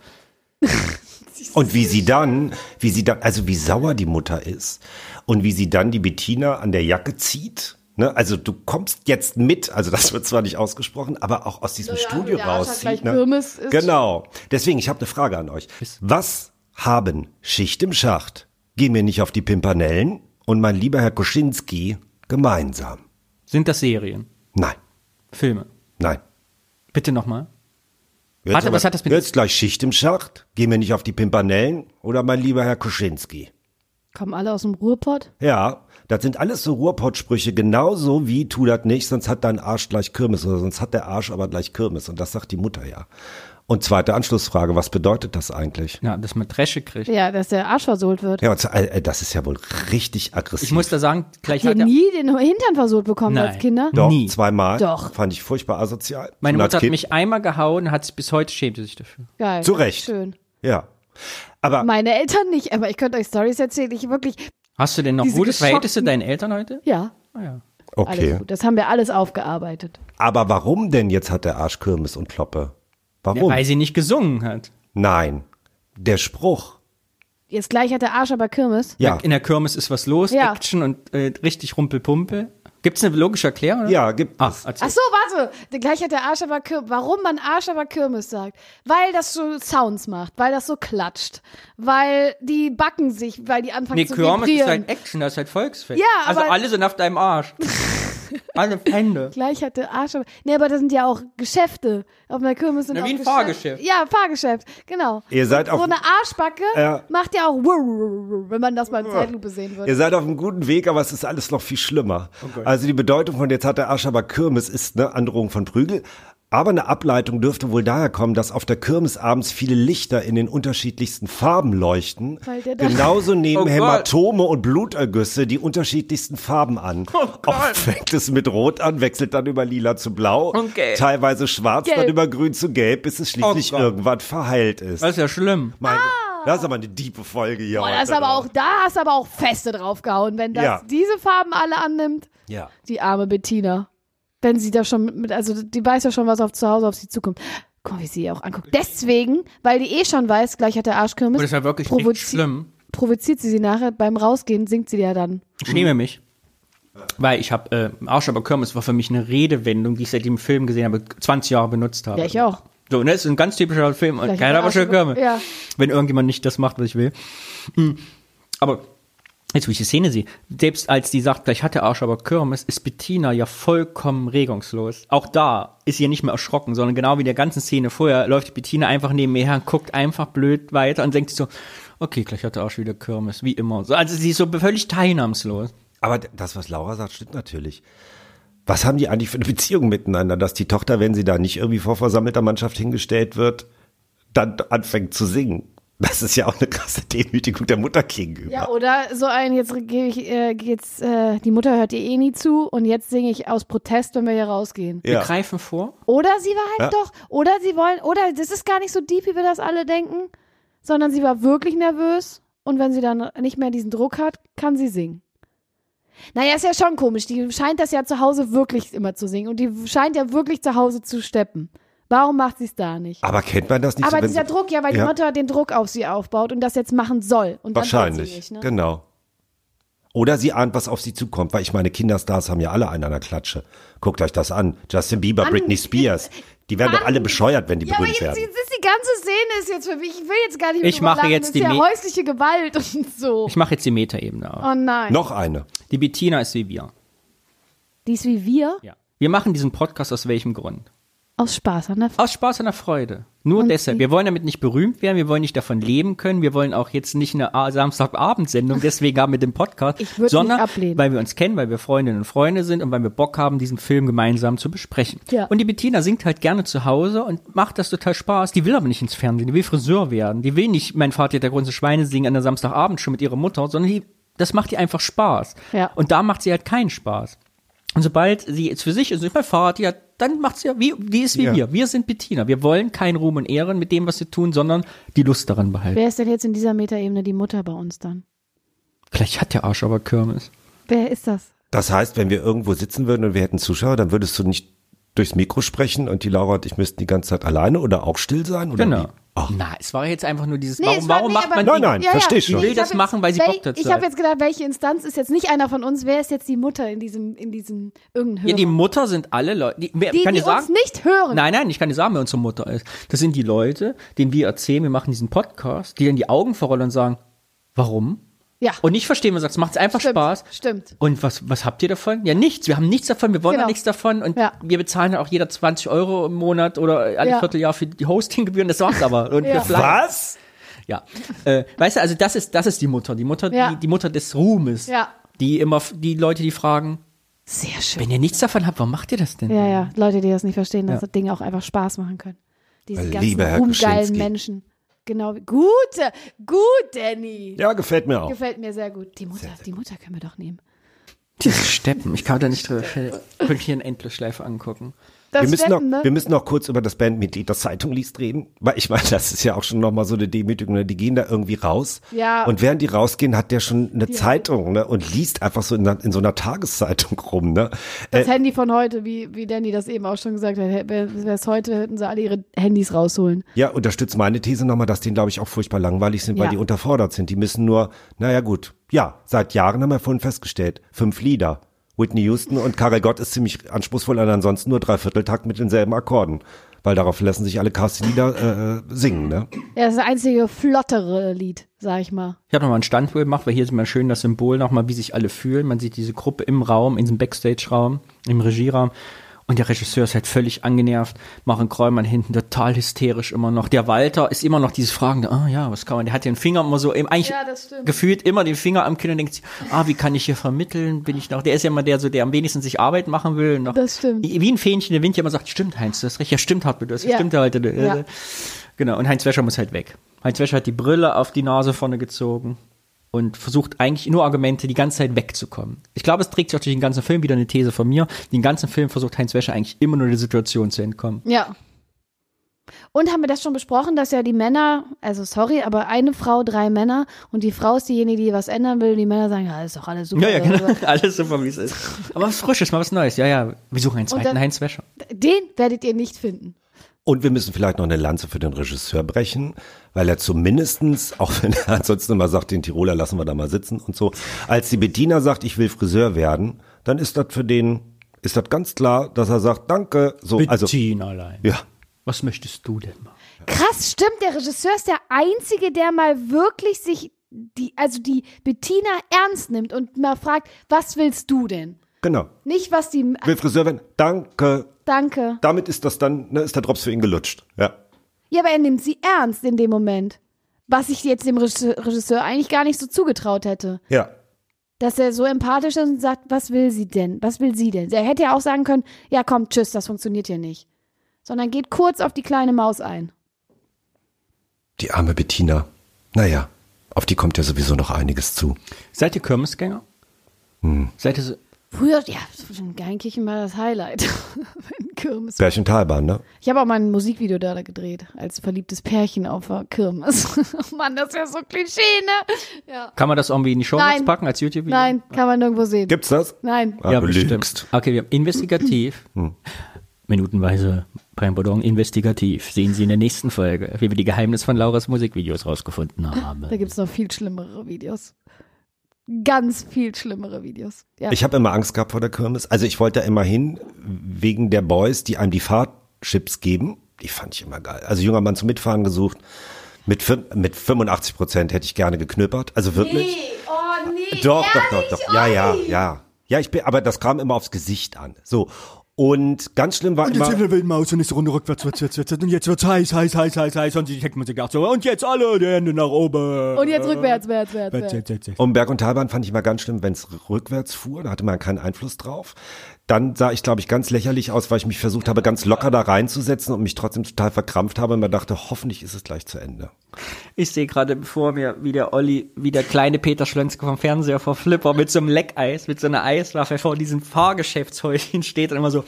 Speaker 1: Und wie sie dann, wie sie dann, also wie sauer die Mutter ist und wie sie dann die Bettina an der Jacke zieht. Ne? Also du kommst jetzt mit, also das wird zwar nicht ausgesprochen, aber auch aus diesem
Speaker 4: Ja,
Speaker 1: Studio
Speaker 4: ja, gleich
Speaker 1: rauszieht. Ne?
Speaker 4: Kirmes ist-
Speaker 1: genau. Deswegen, ich habe eine Frage an euch. Was haben Schicht im Schacht, geh mir nicht auf die Pimpernellen und mein lieber Herr Koschinski gemeinsam?
Speaker 5: Sind das Serien?
Speaker 1: Nein,
Speaker 5: Filme?
Speaker 1: nein.
Speaker 5: Bitte nochmal.
Speaker 1: Jetzt
Speaker 5: Warte, was hat das mit-
Speaker 1: Jetzt gleich Schicht im Schacht, geh mir nicht auf die Pimpernellen oder mein lieber Herr Koschinski?
Speaker 4: Kommen alle aus dem Ruhrpott?
Speaker 1: Ja, das sind alles so Ruhrpott-Sprüche, genauso wie tu das nicht, sonst hat dein Arsch gleich Kirmes oder sonst hat der Arsch aber gleich Kirmes und das sagt die Mutter ja. Und zweite Anschlussfrage, was bedeutet das eigentlich?
Speaker 5: Ja, dass man Dresche kriegt.
Speaker 4: Ja, dass der Arsch versohlt wird.
Speaker 1: Ja, und, z- äh, äh, das ist ja wohl richtig aggressiv.
Speaker 5: Ich muss da sagen, gleich
Speaker 4: Habt
Speaker 5: hat
Speaker 4: ihr
Speaker 5: er,
Speaker 4: nie den Hintern versohlt bekommen
Speaker 5: Nein.
Speaker 4: als Kinder?
Speaker 1: Doch,
Speaker 5: nie.
Speaker 1: zweimal.
Speaker 4: Doch.
Speaker 1: Fand ich furchtbar asozial.
Speaker 5: meine
Speaker 1: Und als
Speaker 5: Mutter hat
Speaker 1: Kind-
Speaker 5: mich einmal gehauen, hat sich bis heute schämt sie sich dafür.
Speaker 4: Geil.
Speaker 1: Zu Recht.
Speaker 4: Schön.
Speaker 1: Ja. Aber
Speaker 4: Meine Eltern nicht, aber ich könnte euch Stories erzählen. Ich wirklich,
Speaker 5: Hast du denn noch
Speaker 4: Diese
Speaker 5: gutes Verhältnis zu
Speaker 4: geschockten-
Speaker 5: deinen Eltern heute?
Speaker 4: ja, alles
Speaker 1: okay.
Speaker 4: gut. Das haben wir alles aufgearbeitet.
Speaker 1: Aber warum denn jetzt hat der Arsch Kirmes und Kloppe? Warum?
Speaker 5: Weil sie nicht gesungen hat.
Speaker 1: Nein. Der Spruch.
Speaker 4: Jetzt gleich hat der Arsch aber Kirmes.
Speaker 1: Ja.
Speaker 5: In der Kirmes ist was los,
Speaker 4: Ja.
Speaker 5: Action und äh, richtig Rumpelpumpel. Gibt es eine logische Erklärung? oder?
Speaker 1: Ja, gibt
Speaker 5: Ah,
Speaker 1: es.
Speaker 5: erzähl.
Speaker 4: Ach so, warte. Gleich hat der Arsch aber Kirmes. Warum man Arsch aber Kirmes sagt? Weil das so Sounds macht, weil das so klatscht, weil die backen sich, weil die anfangen
Speaker 5: Nee,
Speaker 4: zu
Speaker 5: Kirmes ist
Speaker 4: vibrieren.
Speaker 5: halt Action, das ist halt Volksfest.
Speaker 4: Ja,
Speaker 5: also
Speaker 4: aber-
Speaker 5: alle sind auf deinem Arsch. alle Hände.
Speaker 4: Gleich hatte Arsch. aber- Nee, aber das sind ja auch Geschäfte. Auf einer Kirmes sind
Speaker 5: Na,
Speaker 4: auch
Speaker 5: wie ein
Speaker 4: Geschäfte.
Speaker 5: Fahrgeschäft.
Speaker 4: Ja, Fahrgeschäft, genau.
Speaker 1: Ihr seid
Speaker 4: so
Speaker 1: auf-
Speaker 4: eine Arschbacke
Speaker 1: Ja.
Speaker 4: macht ja auch, wenn man das mal in Zeitlupe sehen würde.
Speaker 1: Ihr seid auf einem guten Weg, aber es ist alles noch viel schlimmer.
Speaker 5: Oh
Speaker 1: also die Bedeutung von jetzt hat der Asch aber Kirmes ist eine Androhung von Prügel. Aber eine Ableitung dürfte wohl daher kommen, dass auf der Kirmes abends viele Lichter in den unterschiedlichsten Farben leuchten.
Speaker 4: Weil der da-
Speaker 1: Genauso nehmen
Speaker 5: Oh Gott.
Speaker 1: Hämatome und Blutergüsse die unterschiedlichsten Farben an.
Speaker 5: Oh
Speaker 1: Oft fängt es mit Rot an, wechselt dann über lila zu blau,
Speaker 5: Und gelb. Oh
Speaker 1: teilweise schwarz,
Speaker 4: Gelb.
Speaker 1: dann über grün zu gelb, bis es schließlich
Speaker 5: Gott.
Speaker 1: irgendwann verheilt ist.
Speaker 5: Das ist ja schlimm.
Speaker 1: Mein Gott, das ist aber eine diepe Folge hier.
Speaker 4: Ah. Boah,
Speaker 1: heute
Speaker 4: das
Speaker 5: halt
Speaker 4: ist aber
Speaker 1: noch.
Speaker 4: auch, da hast du aber auch feste drauf gehauen, wenn das
Speaker 1: Ja.
Speaker 4: diese Farben alle annimmt.
Speaker 1: Ja.
Speaker 4: Die arme Bettina. Wenn sie da schon mit- mit, also die weiß ja schon, was auf zu Hause auf sie zukommt. Guck mal, wie sie ihr auch anguckt. Deswegen, weil die eh schon weiß, gleich hat der Arschkirmes.
Speaker 5: Und das war wirklich richtig
Speaker 4: provozi-
Speaker 5: schlimm.
Speaker 4: Provoziert sie sie nachher, beim Rausgehen singt sie ja dann.
Speaker 5: Ich schäme mich. Weil ich habe äh, Arsch aber Kirmes war für mich eine Redewendung, die ich seit dem Film gesehen habe, 20 Jahre benutzt habe.
Speaker 4: Ja, ich auch.
Speaker 5: So, ne, ist ein ganz typischer Film.
Speaker 4: Gleich
Speaker 5: Keiner
Speaker 4: hat
Speaker 5: aber
Speaker 4: der
Speaker 5: schon
Speaker 4: Arsch aber-
Speaker 5: Kirmes.
Speaker 4: Ja.
Speaker 5: Wenn irgendjemand nicht das macht, was ich will. Mm. Aber jetzt, wo ich die Szene sehe, selbst als die sagt, gleich hat der Arsch aber Kirmes, ist Bettina ja vollkommen regungslos. Auch da ist sie ja nicht mehr erschrocken, sondern genau wie in der ganzen Szene vorher läuft Bettina einfach neben mir her und guckt einfach blöd weiter und denkt sich so, okay, gleich hat der Arsch wieder Kirmes, wie immer. So, also sie ist so völlig teilnahmslos.
Speaker 1: Aber d- das, was Laura sagt, stimmt natürlich. Was haben die eigentlich für eine Beziehung miteinander, dass die Tochter, wenn sie da nicht irgendwie vor versammelter Mannschaft hingestellt wird, dann anfängt zu singen? Das ist ja auch eine krasse Demütigung der Mutter gegenüber.
Speaker 4: Ja, oder so ein, jetzt gebe ich, äh, jetzt, äh, die Mutter hört ihr eh nie zu und jetzt singe ich aus Protest, wenn wir hier rausgehen.
Speaker 5: Wir
Speaker 1: Ja.
Speaker 5: greifen vor.
Speaker 4: Oder sie war halt
Speaker 1: Ja.
Speaker 4: doch, oder sie wollen, oder das ist gar nicht so deep, wie wir das alle denken, sondern sie war wirklich nervös und wenn sie dann nicht mehr diesen Druck hat, kann sie singen. Naja, ist ja schon komisch. Die scheint das ja zu Hause wirklich immer zu singen und die scheint ja wirklich zu Hause zu steppen. Warum macht sie es da nicht?
Speaker 1: Aber kennt man das nicht
Speaker 4: Aber
Speaker 1: so? wenn
Speaker 4: dieser
Speaker 1: sie-
Speaker 4: Druck, ja, weil die
Speaker 1: Ja.
Speaker 4: Mutter den Druck auf sie aufbaut und das jetzt machen soll. Und Dann soll sie
Speaker 1: Wahrscheinlich,
Speaker 4: nicht, ne?
Speaker 1: genau. Oder sie ahnt, was auf sie zukommt, weil ich meine, Kinderstars haben ja alle einen an der Klatsche. Guckt euch das an. Justin Bieber, Britney Spears. Die werden doch
Speaker 4: Mann.
Speaker 1: alle bescheuert, wenn die
Speaker 4: Ja, aber
Speaker 1: berühmt
Speaker 4: jetzt
Speaker 1: werden.
Speaker 4: jetzt ist die ganze Szene ist jetzt für mich. Ich will jetzt gar nicht
Speaker 5: Ich
Speaker 4: drüber
Speaker 5: mache
Speaker 4: lachen,
Speaker 5: jetzt
Speaker 4: das
Speaker 5: die
Speaker 4: ist ja
Speaker 5: Me-
Speaker 4: häusliche Gewalt und so.
Speaker 5: Ich mache jetzt die Metaebene auf.
Speaker 4: oh nein.
Speaker 1: Noch eine.
Speaker 5: Die Bettina ist wie wir.
Speaker 4: Die ist wie wir.
Speaker 5: Ja. Wir machen diesen Podcast aus welchem Grund?
Speaker 4: Aus Spaß ne? an der Frau.
Speaker 5: Aus Spaß und der Freude. Nur
Speaker 4: Und
Speaker 5: deshalb.
Speaker 4: die-
Speaker 5: Wir wollen damit nicht berühmt werden, wir wollen nicht davon leben können, wir wollen auch jetzt nicht eine A- Samstagabendsendung, deswegen haben wir den Podcast,
Speaker 4: Ich würd
Speaker 5: sondern
Speaker 4: mich ablehnen.
Speaker 5: weil wir uns kennen, weil wir Freundinnen und Freunde sind und weil wir Bock haben, diesen Film gemeinsam zu besprechen.
Speaker 4: Ja.
Speaker 5: Und die Bettina singt halt gerne zu Hause und macht das total Spaß. Die will aber nicht ins Fernsehen, die will Friseur werden, die will nicht mein Vater hat der große Schweine singen an der Samstagabend schon mit ihrer Mutter, sondern die, das macht ihr einfach Spaß.
Speaker 4: Ja.
Speaker 5: Und da macht sie halt keinen Spaß. Und sobald sie jetzt für sich ist, ich mein Fahrrad, ja, dann macht's ja, wie, die ist wie
Speaker 1: Ja.
Speaker 5: wir. Wir sind Bettina. Wir wollen keinen Ruhm und Ehren mit dem, was wir tun, sondern die Lust daran behalten.
Speaker 4: Wer ist denn jetzt in dieser Metaebene die Mutter bei uns dann?
Speaker 5: Vielleicht hat der Arsch aber Kirmes.
Speaker 4: Wer ist das?
Speaker 1: Das heißt, wenn wir irgendwo sitzen würden und wir hätten Zuschauer, dann würdest du nicht durchs Mikro sprechen und die Laura und ich müssten die ganze Zeit alleine oder auch still sein? Oder
Speaker 5: Genau.
Speaker 1: Wie? Ach,
Speaker 5: Na, es war jetzt einfach nur dieses,
Speaker 4: Nee,
Speaker 5: warum,
Speaker 4: es war-
Speaker 5: warum
Speaker 4: nee,
Speaker 5: macht
Speaker 4: aber-
Speaker 5: man
Speaker 1: Nein,
Speaker 5: Dinge?
Speaker 1: nein. versteh schon.
Speaker 5: Die will
Speaker 4: Ich
Speaker 5: das
Speaker 4: hab jetzt-
Speaker 5: machen, weil sie
Speaker 4: wel-
Speaker 5: Bock dazu
Speaker 4: Ich habe
Speaker 5: hat.
Speaker 4: jetzt gedacht, welche Instanz ist jetzt nicht einer von uns? Wer ist jetzt die Mutter in diesem, in diesem irgendein
Speaker 5: Ja, die
Speaker 4: Hörer?
Speaker 5: Mutter sind alle Leute. Die, wer,
Speaker 4: die,
Speaker 5: kann
Speaker 4: die
Speaker 5: dir sagen?
Speaker 4: uns nicht hören.
Speaker 5: Nein, nein, ich kann dir sagen, wer unsere Mutter ist. Das sind die Leute, denen wir erzählen, wir machen diesen Podcast, die dann die Augen verrollen und sagen, warum?
Speaker 4: Ja.
Speaker 5: Und nicht verstehen, was du sagst, macht's einfach
Speaker 4: Stimmt,
Speaker 5: Spaß.
Speaker 4: stimmt.
Speaker 5: Und was, was habt ihr davon? Ja, nichts. Wir haben nichts davon, wir wollen
Speaker 4: Genau.
Speaker 5: auch nichts davon. Und
Speaker 4: Ja.
Speaker 5: wir bezahlen ja auch jeder 20 Euro im Monat oder alle
Speaker 4: Ja.
Speaker 5: Vierteljahr für die Hostinggebühren. Das war's aber. Und
Speaker 4: Ja.
Speaker 5: wir bleiben.
Speaker 1: was?
Speaker 5: Ja. Äh, weißt du, also das ist, das ist die Mutter. Die Mutter,
Speaker 4: Ja.
Speaker 5: die, die Mutter des Ruhmes.
Speaker 4: Ja.
Speaker 5: Die immer, f- die Leute, die fragen,
Speaker 4: Sehr schön.
Speaker 5: wenn ihr nichts davon habt, warum macht ihr das denn?
Speaker 4: Ja, ja, Leute, die das nicht verstehen, dass das Ding auch einfach Spaß machen können. Diese ganzen
Speaker 1: Lieber Herr
Speaker 4: rumgeilen
Speaker 1: Kuschinski.
Speaker 4: Menschen. Genau. Gute, gut, Danny.
Speaker 1: Ja, gefällt mir auch.
Speaker 4: Gefällt mir sehr gut. Die Mutter, die Mutter können wir doch nehmen.
Speaker 5: Diese Steppen, ich kann da nicht drüber. Ich könnte hier eine Endlosschleife angucken.
Speaker 4: Das
Speaker 1: wir, müssen
Speaker 4: Steppen,
Speaker 1: noch,
Speaker 4: ne?
Speaker 1: wir müssen noch kurz über das Bandmitglied, das Zeitung liest, reden. Weil ich meine, das ist ja auch schon nochmal so eine Demütigung. Ne? Die gehen da irgendwie raus.
Speaker 4: Ja.
Speaker 1: Und während die rausgehen, hat der schon eine Zeitung ne? und liest einfach so in, einer- in so einer Tageszeitung rum. Ne?
Speaker 4: das Handy von heute, wie, wie Danny das eben auch schon gesagt hat, hä- wär- wär's heute, hätten sie alle ihre Handys rausholen.
Speaker 1: Ja, unterstützt meine These nochmal, dass denen, glaube ich, auch furchtbar langweilig sind, weil
Speaker 4: Ja.
Speaker 1: die unterfordert sind. Die müssen nur, naja gut, ja, seit Jahren haben wir vorhin festgestellt, fünf Lieder. Whitney Houston und Karel Gott ist ziemlich anspruchsvoll und ansonsten nur Dreivierteltakt mit denselben Akkorden. Weil darauf lassen sich alle Cast-Lieder äh, singen, ne?
Speaker 4: Ja, das ist das einzige flottere Lied, sag ich mal.
Speaker 5: Ich habe nochmal ein Standbild gemacht, weil hier ist mal schön das Symbol nochmal, wie sich alle fühlen. Man sieht diese Gruppe im Raum, in diesem Backstage-Raum, im Regieraum. Und der Regisseur ist halt völlig angenervt. Machen Kräumann hinten total hysterisch immer noch. Der Walter ist immer noch dieses Fragende, ah ja, was kann man, der hat den Finger immer so, eben eigentlich
Speaker 4: Ja, das stimmt.
Speaker 5: gefühlt immer den Finger am Kinn und denkt sich, ah, wie kann ich hier vermitteln? Bin ich noch, der ist ja immer der so, der am wenigsten sich Arbeit machen will. Noch,
Speaker 4: Das stimmt.
Speaker 5: Wie ein Fähnchen im Wind, der immer sagt, stimmt Heinz, du hast recht, ja stimmt Hartmut, du hast
Speaker 4: Ja.
Speaker 5: stimmt halt. äh,
Speaker 4: Ja.
Speaker 5: Genau, und Heinz Wäscher muss halt weg. Heinz Wäscher hat die Brille auf die Nase vorne gezogen und versucht eigentlich nur Argumente die ganze Zeit wegzukommen. Ich glaube, es trägt sich auch durch den ganzen Film wieder eine These von mir. Den ganzen Film versucht Heinz Wäscher eigentlich immer nur der Situation zu entkommen.
Speaker 4: Ja. Und haben wir das schon besprochen, dass ja die Männer, also sorry, aber eine Frau, drei Männer und die Frau ist diejenige, die was ändern will. Und die Männer sagen, ja, ist doch alles super. Also,
Speaker 5: genau. Alles super, wie es ist. Aber was Frisches, mal was Neues. Ja, ja. Wir suchen einen zweiten
Speaker 4: dann-
Speaker 5: Heinz Wäscher.
Speaker 4: Den werdet ihr nicht finden.
Speaker 1: Und wir müssen vielleicht noch eine Lanze für den Regisseur brechen, weil er zumindestens, auch wenn er ansonsten immer sagt, den Tiroler lassen wir da mal sitzen und so, als die Bediener sagt, ich will Friseur werden, dann ist das für den, ist das ganz klar, dass er sagt, danke, so, also,
Speaker 5: Bettina allein.
Speaker 1: ja.
Speaker 5: Was möchtest du denn machen?
Speaker 4: Krass, stimmt, der Regisseur ist der Einzige, der mal wirklich sich, die, also die Bettina ernst nimmt und mal fragt, was willst du denn?
Speaker 1: Genau.
Speaker 4: Nicht, was die,
Speaker 1: Will Friseur werden? Danke.
Speaker 4: danke.
Speaker 1: Damit ist das dann, ne, ist der Drops für ihn gelutscht. Ja.
Speaker 4: Ja, aber er nimmt sie ernst in dem Moment. Was ich jetzt dem Regisseur Regisseur eigentlich gar nicht so zugetraut hätte.
Speaker 1: Ja.
Speaker 4: dass er so empathisch ist und sagt, was will sie denn? Was will sie denn? Er hätte ja auch sagen können, ja komm, tschüss, das funktioniert hier nicht. Sondern geht kurz auf die kleine Maus ein.
Speaker 1: Die arme Bettina. Naja, auf die kommt ja sowieso noch einiges zu.
Speaker 5: Seid ihr Kirmesgänger? Seid ihr so.
Speaker 4: Früher, ja, in Geinkirchen war das Highlight. Wenn Kirmes.
Speaker 1: Berchen Talbahn, ne?
Speaker 4: Ich habe auch mal ein Musikvideo da gedreht, als verliebtes Pärchen auf der Kirmes. oh Mann, das wäre so Klischee, ne? Ja.
Speaker 5: Kann man das irgendwie in die Show Notes
Speaker 4: Nein.
Speaker 5: packen als YouTube-Video?
Speaker 4: Nein, kann man nirgendwo sehen.
Speaker 1: Gibt's das?
Speaker 4: Nein.
Speaker 1: Ah,
Speaker 5: Ja,
Speaker 1: du
Speaker 5: bestimmt.
Speaker 1: lügst.
Speaker 5: Okay, wir haben investigativ. Minutenweise beim Bordon investigativ. Sehen Sie in der nächsten Folge, wie wir die Geheimnisse von Lauras Musikvideos rausgefunden haben.
Speaker 4: Da gibt's noch viel schlimmere Videos. Ganz viel schlimmere Videos. Ja.
Speaker 1: Ich habe immer Angst gehabt vor der Kirmes. Also ich wollte da immer hin wegen der Boys, die einem die Fahrtchips geben. Die fand ich immer geil. Also junger Mann zum Mitfahren gesucht. Mit, fün- mit 85 Prozent hätte ich gerne geknöpert. Also wirklich.
Speaker 4: oh nee.
Speaker 1: Doch, doch, doch, doch. Ja, ja, ja. Ja, ich bin, aber das kam immer aufs Gesicht an. So. Und ganz schlimm war
Speaker 6: Und jetzt
Speaker 1: immer,
Speaker 6: sind wir wilden Maus und ist Runde rückwärts, rückwärts, rückwärts, rückwärts. Und jetzt wird's heiß, heiß, heiß, heiß, heiß. Und die Heckmusik auch so. Und jetzt alle die Hände nach oben.
Speaker 4: Und jetzt rückwärts, wärts, wärts,
Speaker 6: Jetzt,
Speaker 4: wärts.
Speaker 6: jetzt, jetzt, jetzt.
Speaker 1: Und Um Berg- und Talbahn fand ich immer ganz schlimm, wenn es rückwärts fuhr. Da hatte man keinen Einfluss drauf. Dann sah ich, glaube ich, ganz lächerlich aus, weil ich mich versucht habe, ganz locker da reinzusetzen und mich trotzdem total verkrampft habe und mir dachte, hoffentlich ist es gleich zu Ende.
Speaker 5: Ich sehe gerade vor mir, wie der Olli, wie der kleine Peter Schlönzke vom Fernseher vor Flipper mit so einem Leckeis, mit so einer Eiswaffe vor diesen Fahrgeschäftshäuschen steht und immer so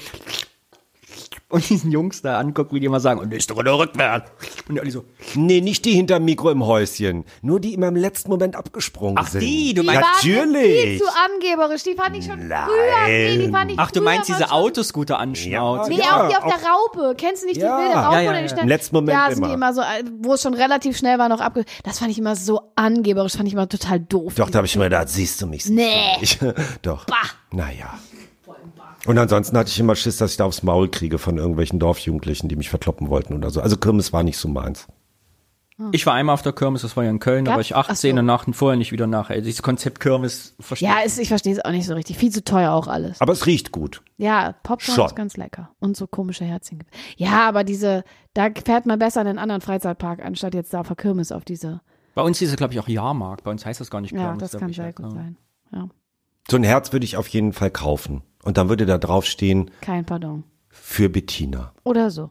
Speaker 5: und diesen Jungs da anguckt, wie die immer sagen, und nächste Runde rückwärts. Und der Olli so,
Speaker 1: Nee, nicht die hinterm Mikro im Häuschen. Nur die immer im letzten Moment abgesprungen
Speaker 5: Ach,
Speaker 1: sind.
Speaker 5: die, du
Speaker 4: Die
Speaker 5: meinst,
Speaker 4: waren mir
Speaker 1: Natürlich.
Speaker 4: Viel zu angeberisch. Die fand ich schon früher. Nee, die fand ich
Speaker 5: ach, du
Speaker 4: früher
Speaker 5: meinst
Speaker 4: waren
Speaker 5: diese
Speaker 4: schon-
Speaker 5: Autoscooter anschnauzen.
Speaker 4: Nee,
Speaker 1: Ja,
Speaker 4: auch die auf der Raupe. Kennst du nicht
Speaker 1: Ja.
Speaker 4: die wilde Raupe?
Speaker 5: Ja, ja,
Speaker 4: oder die
Speaker 5: ja.
Speaker 4: schnell-
Speaker 1: Im letzten Moment
Speaker 4: Da sind
Speaker 1: immer.
Speaker 4: die immer so, äh, wo es schon relativ schnell war, noch abge... Das fand ich immer so angeberisch, fand ich immer total doof.
Speaker 1: Doch, da habe ich mir gedacht, siehst du mich? Siehst
Speaker 4: Nee.
Speaker 1: Du mich. Doch. Naja. Und ansonsten hatte ich immer Schiss, dass ich da aufs Maul kriege von irgendwelchen Dorfjugendlichen, die mich verkloppen wollten oder so. Also Kirmes war nicht so meins.
Speaker 5: Ich war einmal auf der Kirmes, das war ja in Köln, da
Speaker 4: Ja?
Speaker 5: war ich 18
Speaker 4: Ach so.
Speaker 5: und nach, vorher nicht wieder nach. Also dieses Konzept Kirmes verstehe
Speaker 4: Ja, ist, ich verstehe es auch nicht so richtig. Viel zu teuer auch alles.
Speaker 1: Aber es riecht gut.
Speaker 4: Ja, Popcorn
Speaker 1: Schon.
Speaker 4: ist ganz lecker. Und so komische Herzchen. gibt- Ja, aber diese, da fährt man besser in einen anderen Freizeitpark, anstatt jetzt da auf der Kirmes auf diese.
Speaker 5: Bei uns ist es, glaube ich, auch Jahrmarkt. Bei uns heißt das gar nicht
Speaker 4: Ja,
Speaker 5: Kirmes.
Speaker 4: das
Speaker 5: da bin
Speaker 4: kann
Speaker 5: ich
Speaker 4: sehr
Speaker 5: halt,
Speaker 4: gut
Speaker 5: ja.
Speaker 4: sein. Ja,
Speaker 1: So ein Herz würde ich auf jeden Fall kaufen. Und dann würde da draufstehen,
Speaker 4: kein Pardon.
Speaker 1: für Bettina.
Speaker 4: Oder so.